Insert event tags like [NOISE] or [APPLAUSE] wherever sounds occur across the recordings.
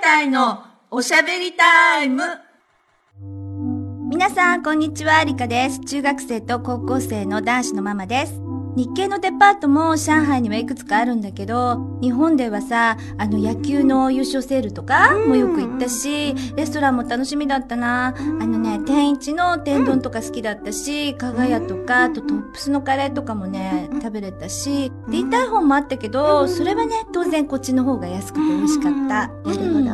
隊のおしゃべりタイム。皆さん、こんにちは。リカです。中学生と高校生の男子のママです。日系のデパートも上海にはいくつかあるんだけど、日本ではさ、あの野球の優勝セールとかもよく行ったし、レストランも楽しみだったな。あのね、天一の天丼とか好きだったし、加賀屋とか、あとトップスのカレーとかもね、食べれたし、で、インターホンもあったけど、それはね、当然こっちの方が安くて美味しかった。なるほど。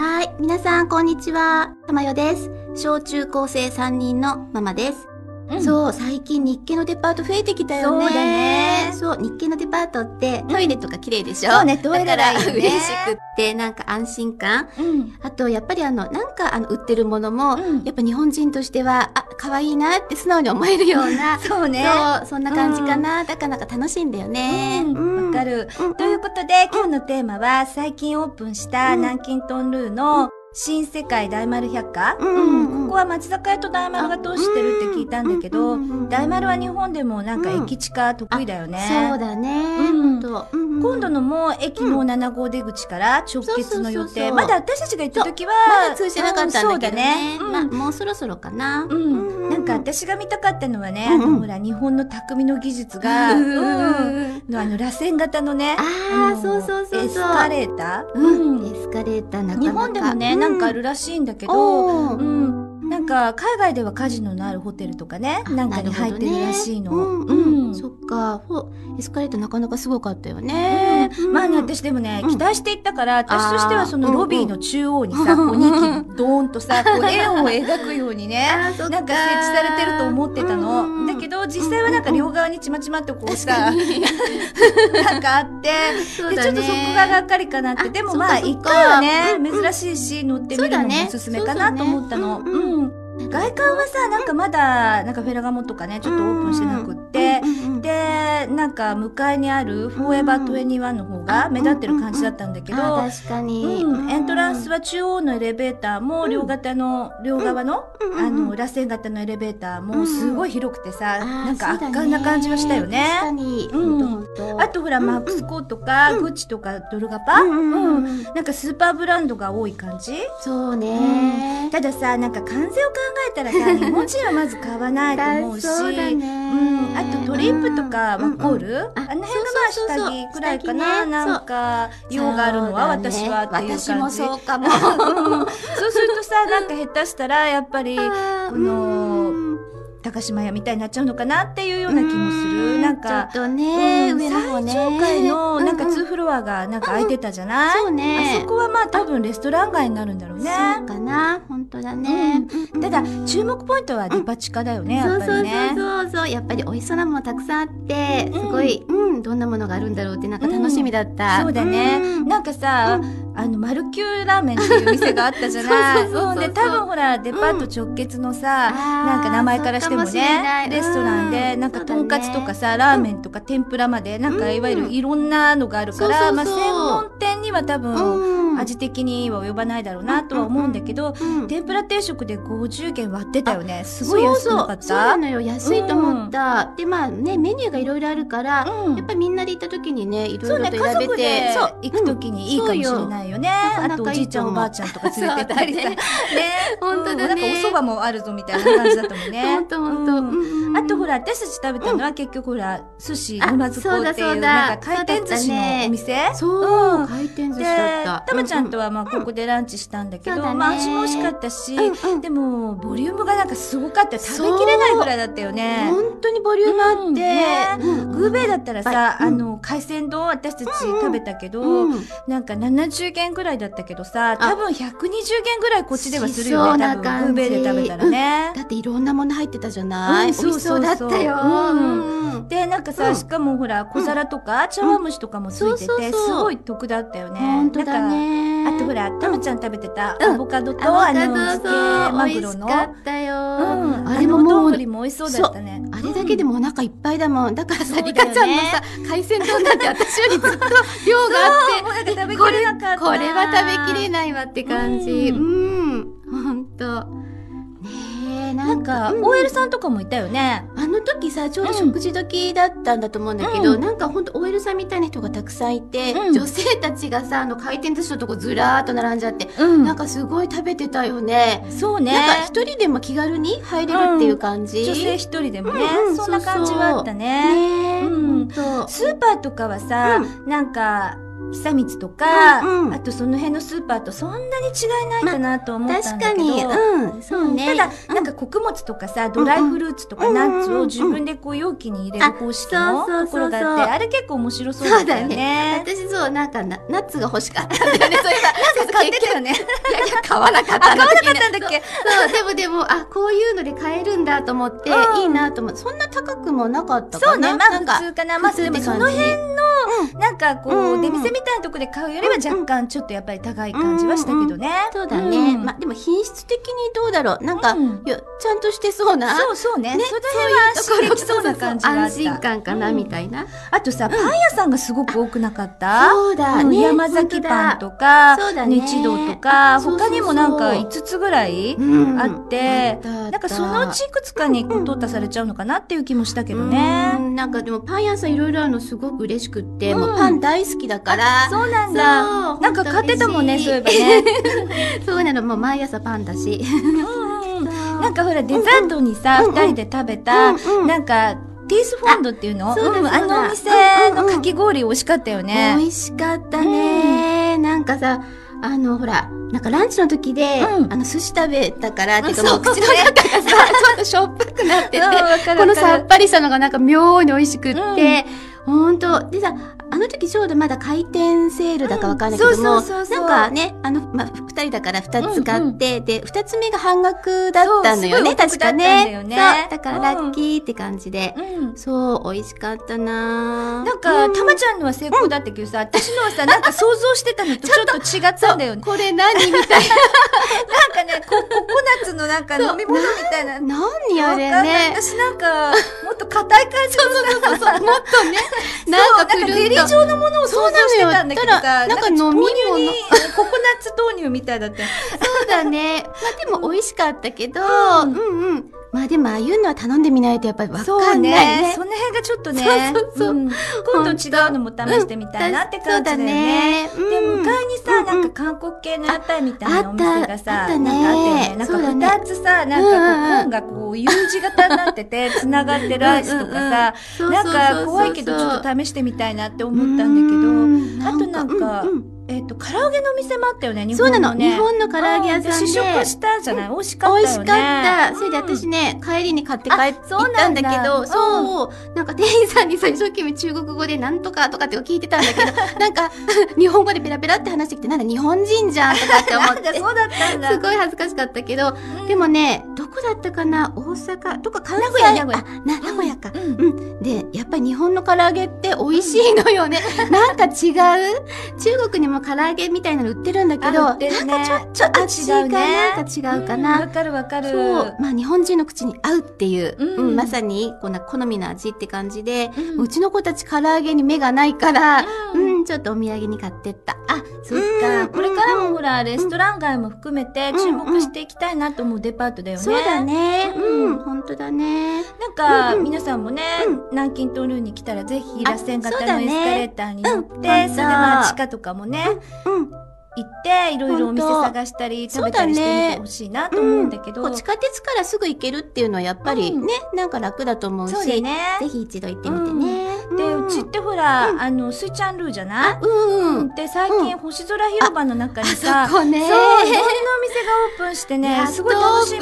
はい。皆さん、こんにちは。たまよです。小中高生3人のママです。うんそう、最近日系のデパート増えてきたよね。そうだねそう、日系のデパートってトイレとか綺麗でしょ、そうね、どうやだかららいいよね嬉しくって、なんか安心感。うん。あと、やっぱりあの、なんかあの、売ってるものうも、ん。やっぱ日本人としては、あ、可愛いなって素直に思えるようなそうね。そう、そんな感じかな。だからなんか楽しいんだよね。うんわかる。る。うんということで、今日のテーマは、最近オープンしたうん南京トンルーの新世界大丸百科。うんうんうんここは松坂屋と大丸が通してるって聞いたんだけど、大丸は日本でもなんか駅地下得意だよね。そうだね。うん本当うんうん今度のもう駅の7号出口から直結の予そうそうそう定。そうまだ私たちが行った時は、まだ通じなかったんだけどうんね。そうだね。まあうんもうそろそろかな。うん、なんか私が見たかったのはね、うんうんあのほら日本の匠の技術が、ううんんのあの螺旋型のね、あーのそうそうそうそうエスカレーター、うんうエんスカレーターなかなか日本でもね、なんかあるらしいんだけど、おうーん、なんか海外ではカジノのあるホテルとかね、なんかに入ってるらしいの。なるほどねうんううんんそっか。ほエスカレーターなかなかすごかったよね。まあね、私でもね、うん期待していったから、私としてはそのロビーの中央にさ、うんこううん2機ドーンとさ、 [LAUGHS] こう円を描くようにね、あーそっかなんか設置されてると思ってたの。うんうんだけど、実際はなんか両側にちまちまっとこう確さ、かに。なんかあって、そうで、だちょっねとそこががっかりかなって。あでもまあ、そっかそ一っか回はね、うんうん珍しいし、乗ってみるのそうだもねおすすめかなと思ったの。そうだねうんうん外観はさ、なんかまだ、なんかフェラガモとかね、ちょっとオープンしてなくって、うんうんうんで、なんか向かいにあるフォーエバー21の方が目立ってる感じだったんだけど、あ確かに。うん、エントランスはは中央のエレベーターも両型の、両側の、うんあうんの、うん螺旋型のエレベーターもすごい広くてさ、なんかあーそう圧だ巻ねな感じはしたよね。確かに。うんほんとほんとあとほら、うんうんマックスコーとか、うんグッチとかドルガパ、うんうんうんうんなんかスーパーブランドが多い感じそうね。たださ、なんか関税を考えたら [LAUGHS] さ、日本人はまず買わないと思うし、そうだねうん、あとトリップとかワコール、あの辺がまあそうそう下そうそう着くらいか下な、着ねなんか用があるのは私はっていう感じ。私もそうかも。 [LAUGHS] うんそうするとさ、なんか下手したら、やっぱり、このうん高島屋みたいになっちゃうのかなっていうような気もする。なんか、ちょっとね、うん上の方ね。最上階の、なんかうんうん2フロアがなんか空いてたじゃない、そうね。あそこはまあ多分レストラン街になるんだろうね。そうかな、本当だね。うんただ、注目ポイントはデパ地下だよね、そやうっそぱりうそうね。そうそう、やっぱり美味しそうなものたくさんあって、うんすごい、うん、どんなものがあるんだろうってなんか楽しみだった。そうだね、うんなんかさ、あのマルキューラーメンっていう店があったじゃない [LAUGHS] そうそうそうそうで多分ほらデパート直結のさ、うんなんか名前からしてもあーそうかもしれねないレストランでうんなんかそうとだねんかつとかさ、ラーメンとか天ぷらまでなんかうんいわゆるいろんなのがあるから、そうまそあ、うそう専門店には多分、うん、味的には及ばないだろうなとは思うんだけど、うん天ぷら定食で50元割ってたよねすごい安くなかったそうそうそうなのよ安いと思った、でまあねメニューがいろいろあるから、うんやっぱりみんなで行った時にねいろそういろね、と家選べ族でてそう行くときにいいかもしれないよね。そうよあなかなとかおじいちゃんいいと思おうばあちゃんとか連れてったりさ。そうだねね、うん本当だねなんかお蕎麦もあるぞみたいな感じだったもんね。本当本当、うんあとほら、ら私たち食べたのは結局ほら、寿司あ沼津港ってい、そううだそうだなんか回転寿司そのうだったおね店そう、うん回転寿司で、だったたまちゃんとは、はまあここでランチしたんだけど、そうだねまあ味も美味しかったし、うんうんでもボリュームがなんかすごかったよ食べきれないぐらいだったよね。本当にボリュームあって、うんねうんグーベイだったらさ、うんあの、海鮮丼私たち食べたけど、うんなんか70元ぐらいだったけどさ、多分120元ぐらいこっちではするしよそうね、多な分。グ感ーじベイで食べたらね。だっていろんなもの入ってたじゃない、うん美味しそうだったそよ、うそうそううんうんで、なんかさ、うんしかもほら、小皿とか茶碗蒸しとかもついてそうそて、うそうすごい得だったよね。本当だなんかねあとほら、たまちゃん食べてたうんアボカドと、アあボカドの、漬けマそグう美味ロしの。かったよ、うん、ああれれもももう丼も美味しそうだったね。あれだけでもお腹いっぱいだもん。だからそさ、うだよねリカちゃんのさ、海鮮丼なんて私よりずっと量うん、がそうあもうっなんか食べて、きれなかった。これは食べきれなないわって感じ。ううん、ほんと。ねえ、ななんか、OL さんとかもいたよね。あの時さ、ちょうど食事時だったんだと思うんだけど、うんなんかほんと OL さんみたいな人がたくさんいて、うん女性たちがさ、あの回転寿司のとこずらーっと並んじゃって、うん。なんかすごい食べてたよね。そうね。なんか一人でも気軽に入れるっていう感じ。女性一人でもね、うんうんそんな感じはあったね。ねえ、うんほんと、スーパーとかはさ、なんか、久光とか、うんうんあとその辺のスーパーとそんなに違いないかなと思ったん確だかけど、に、うん、そうね。ただ、なんか穀物とかさ、ドライフルーツとかナッツを自分でこう容器に入れる方式のあそうそうそうそうところがあって、あれ結構面白そうだったよね。私そうなんかなナッツが欲しかったんだよね。そういえばなん買ってたよね。いやいや買わなかったんだ買けどわなかったんだっけそうでもでもあこういうので買えるんだと思って、うんいいなと思ってそんな高くもなかったそかうね、な。まあなん普か通かな。まあでもその辺のなんかこう、うんうん出店みたいなとこで買うよりは若干ちょっとやっぱり高い感じはしたけどね。そうだね。んまあでも品質的にどうだろうなんか、うんいやちゃんとしてそうな。そうそうね。ねその辺は安心できそうなところ感じがあった。そうそうそう安心感かな、みたいな。あとさ、パン屋さんがすごく多くなかったそうだうんね。山崎パンか。とか、そうだね日堂とか、そうそう他そうにもなんか5つぐらいうんあって、ななんかそのうちいくつかにこう淘汰されちゃうのかなっていう気もしたけどうね。んなんかでもパン屋さんいろいろあるのすごく嬉しくって、うんもうパン大好きだから。そうなんそだ。うなんか買ってたもんね、本当そういえば嬉しいね。 [LAUGHS] そうなの、もう毎朝パンだし。うんうんななんんか、かほら、デザートにさ、うんう二ん人で食べた、うんうんなんか、ティースフォンドっていうのあそうだんそうだあのお店のかき氷美味しかったよね。美味しかったね、なんかさ、あの、ほら、なんかランチの時で、うんあの、寿司食べたから、てかもうそう口の中 [LAUGHS] がさ、ちょっとしょっぱくなってて、うんわかるこのわかさっるぱりしたのがなんか妙に美味しくって、ほんと、でさ、あの時ちょうどまだ回転セールだかわかんないけどうも、んそうそうそうそうなんかね、あの、まあ、二人だから二つ買うんうって、で、二つ目が半額だっそたのよね、うすごいお得確かだったんだよね。ねそう、だからラうんッキーって感じで。うん。そう、美味しかったななんか、たままちゃんのは成功だったけどさ、私のはさ、なんか想像してたのとちょっと違ったんだよね。これ何みた [LAUGHS] ないんかね、こココナッツのなんか飲み物みたいな。な。何わあかんれないね。私なんか、もっと硬い感じのさ、そう、もっとね、なんかくゼるリんーと。状のものを想像してたんだけどそうなさ、のよただなんか飲み物豆乳にココナッツ豆乳みたいだったよ。そうだね。まあでも美味しかったけど、ううんんうん。まあでもああいうのは頼んでみないとやっぱりわそかうんないねね。。その辺がちょっとね、そうそうそうん今度違うのも試してみたいなって感じだよね。そうだで、ね。うん向かいにさ、うんうんなんか韓国系の屋台みたいなおああ店ったがあっさ、たねなんかあってそうだね、ねなんか二つさ、なんかこう、本がこう、U 字型になって [LAUGHS] て、繋がってるアイスとかさ、うんうんうんなんか怖いけどちょっと試してみたいなって思ったんだだあとなんかうんうけんど、えっと、唐揚げのお店もあったよね、日そう本なのの。ね。日本の唐揚げ屋さんで。試食したじゃない美味しかったよね。美味しかった。それで私うんね、帰りに買って帰っあ行そうっなたんんだだけうど、んそう、なんか店員さんにさ、 [LAUGHS] 一生懸命中国語でなんとかとかって聞いてたん [LAUGHS] だけど、なんか、日本語でペラペラって話してきて、 [LAUGHS] なんだ日本人じゃんとかって思なんっだ、て。そうだったんだ。すごい恥ずかしかったけど、でもね、どこだったかな大阪とか関西名古屋名古屋あ、な、名古屋か。うん、うん、でやっぱり日本の唐揚げって美味しい [LAUGHS] のよね、なんか違う中国にも唐揚げみたいなの売ってるんだけどあ売ってるねなんかちょちょっと違うねなんか違うかな、んわかるわかる。そう、まあ、日本人の口に合うっていう、うんうんまさにこんな好みの味って感じで、うんうちの子たち唐揚げに目がないから、ううんんちょっとお土産に買ってった。あ、そっか。うんこれからもほら、レストラン街も含めて注目していきたいなと思うデパートだよね。そうだ。ね、ううんん、本当だね。なんか、うんうん皆さんもね、うん南京東ルーに来たらぜひ螺旋あ型そうのだエねスカレーターに乗って、うんそれ本で当まあ地下とかもね、う行ん、って、いろいろお店本当探したり食べたりしてみてほしいなと思うんだけど。こう地下鉄からすぐ行けるっていうのはやっぱりうんね、なんか楽だと思うし、そうだね。ぜひ一度行ってみてね。で、んうちってほら、あの、スイちゃんルーじゃないあ、うん、うん、で、最近、星空広場の中にさ、あそこねそう、いろんなお店がオープンしてやねっ、とすごい楽し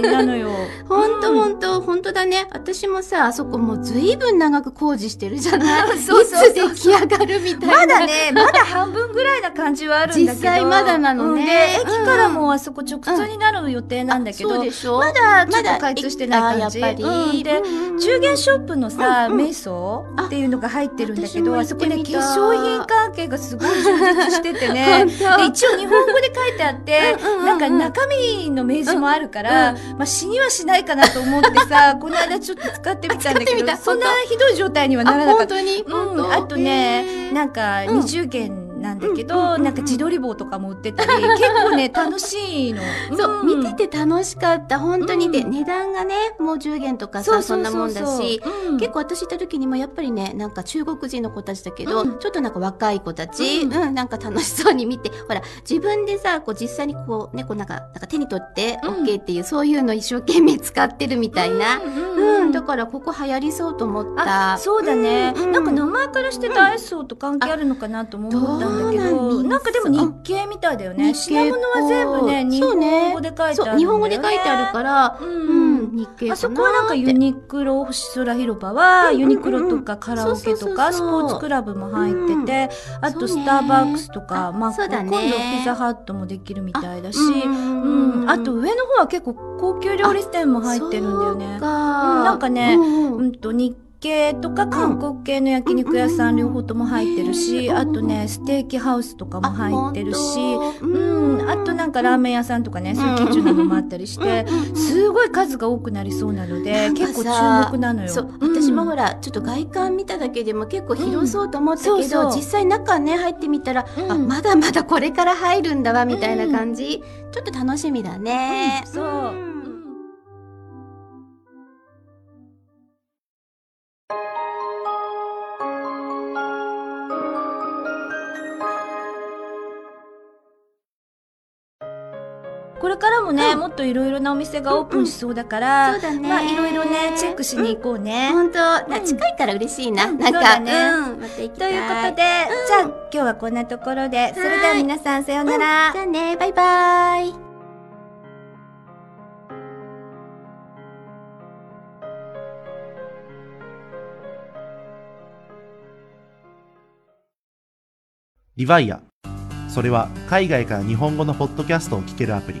みなのよ。ほんとうんほんと、ほんとだね。私もさ、あそこもうずいぶん長く工事してるじゃないそうそうそうそういつ出来上がるみたいな。 [LAUGHS] まだ [LAUGHS] ね、まだ半分ぐらいな感じはあるんだけど。実際まだなのねうんでうん駅からもうあそこ直通になる予定なんだけど、そうでしょまだちょっと開通してない感じ。まだやっぱうんり。で、うん中元ショップのさ、うんうん瞑想っていうのが入ってるんだけあ私ど、もあ行そっこてみね、化た粧品関係がすごい充実してて [LAUGHS] ね、本で当一応日本語で書いてあって、うんうんうんなんか中身の明示もあるから、まあ死にはしないかなと思って [LAUGHS] さ、この間ちょっと使ってみたんだあ使ってけみど、たそんなひどい状態にはならあ、なか本った。当に、う本ん、当あとね、へーなんかうん二重弦なんだけうんうんうんど、うんなんか自撮り棒とかも売ってたり、結構ね、楽しいの。そう、ん見てて楽しかった本当にで、うん値段がねもう10元とかそさうそそうんそなうもんだし、うん結構私行った時にもやっぱりねなんか中国人の子たちだけど、うんちょっとなんか若い子たち、ううんんなんか楽しそうに見てほら自分でさこう実際にこうねこうなんかなんか手に取ってうん OK っていう、そういうの一生懸命使ってるみたいな、ううんんうんだからここ流行りそうと思ったあそうだね、うなんか名前からしてダイソーと関係あるのかなとも思ったんだけあどうなんど、ですなんかでも日系みたいだよ日系ねっぽい品物は全部ね日そうね本語で書いてあるんだよねそう日本語で書いてあるから、う、うんん、日系かなーってあそこはなんかユニクロ星空広場はうんうんユうんニクロとかカラオケそうそとうそうそうかスポーツクラブも入ってて、あそとうねスターバックスとか、まあ、そうだね今度ピザハットもできるみたいだし、んうん、あと上の方は結構高級料理店も入ってるんだよそうね。かうんなんかねうんうんうんと日系とか韓国系の焼肉屋さうんん両方とも入ってるし、ねあとねステーキハウスとかも入ってるしあ、本当うん、あとなんかラーメン屋さんとかねそういうキッチンなのもあったりして、うんうんうんすごい数が多くなりそうなのでなんかさ結構注目なのよ。そううん私もほら、ちょっと外観見ただけでも結構広そうと思ったけど、うんそうそう実際中ね入ってみたら、うんあまだまだこれから入るんだわみたいな感じ、ちょっと楽しみだね、うんそううんこれからもね、うんもっといろいろなお店がオープンしそうだから、そうだね、まあいろいろねチェックしに行こうね。本当、なうん近いから嬉しいな、うんなんそうかだねん、また行きとたいいうことで、じゃあ今日はこんなところで、それでは皆さんさようなら。じゃあねバイバイリヴァイア。それは海外から日本語のポッドキャストを聞けるアプリ。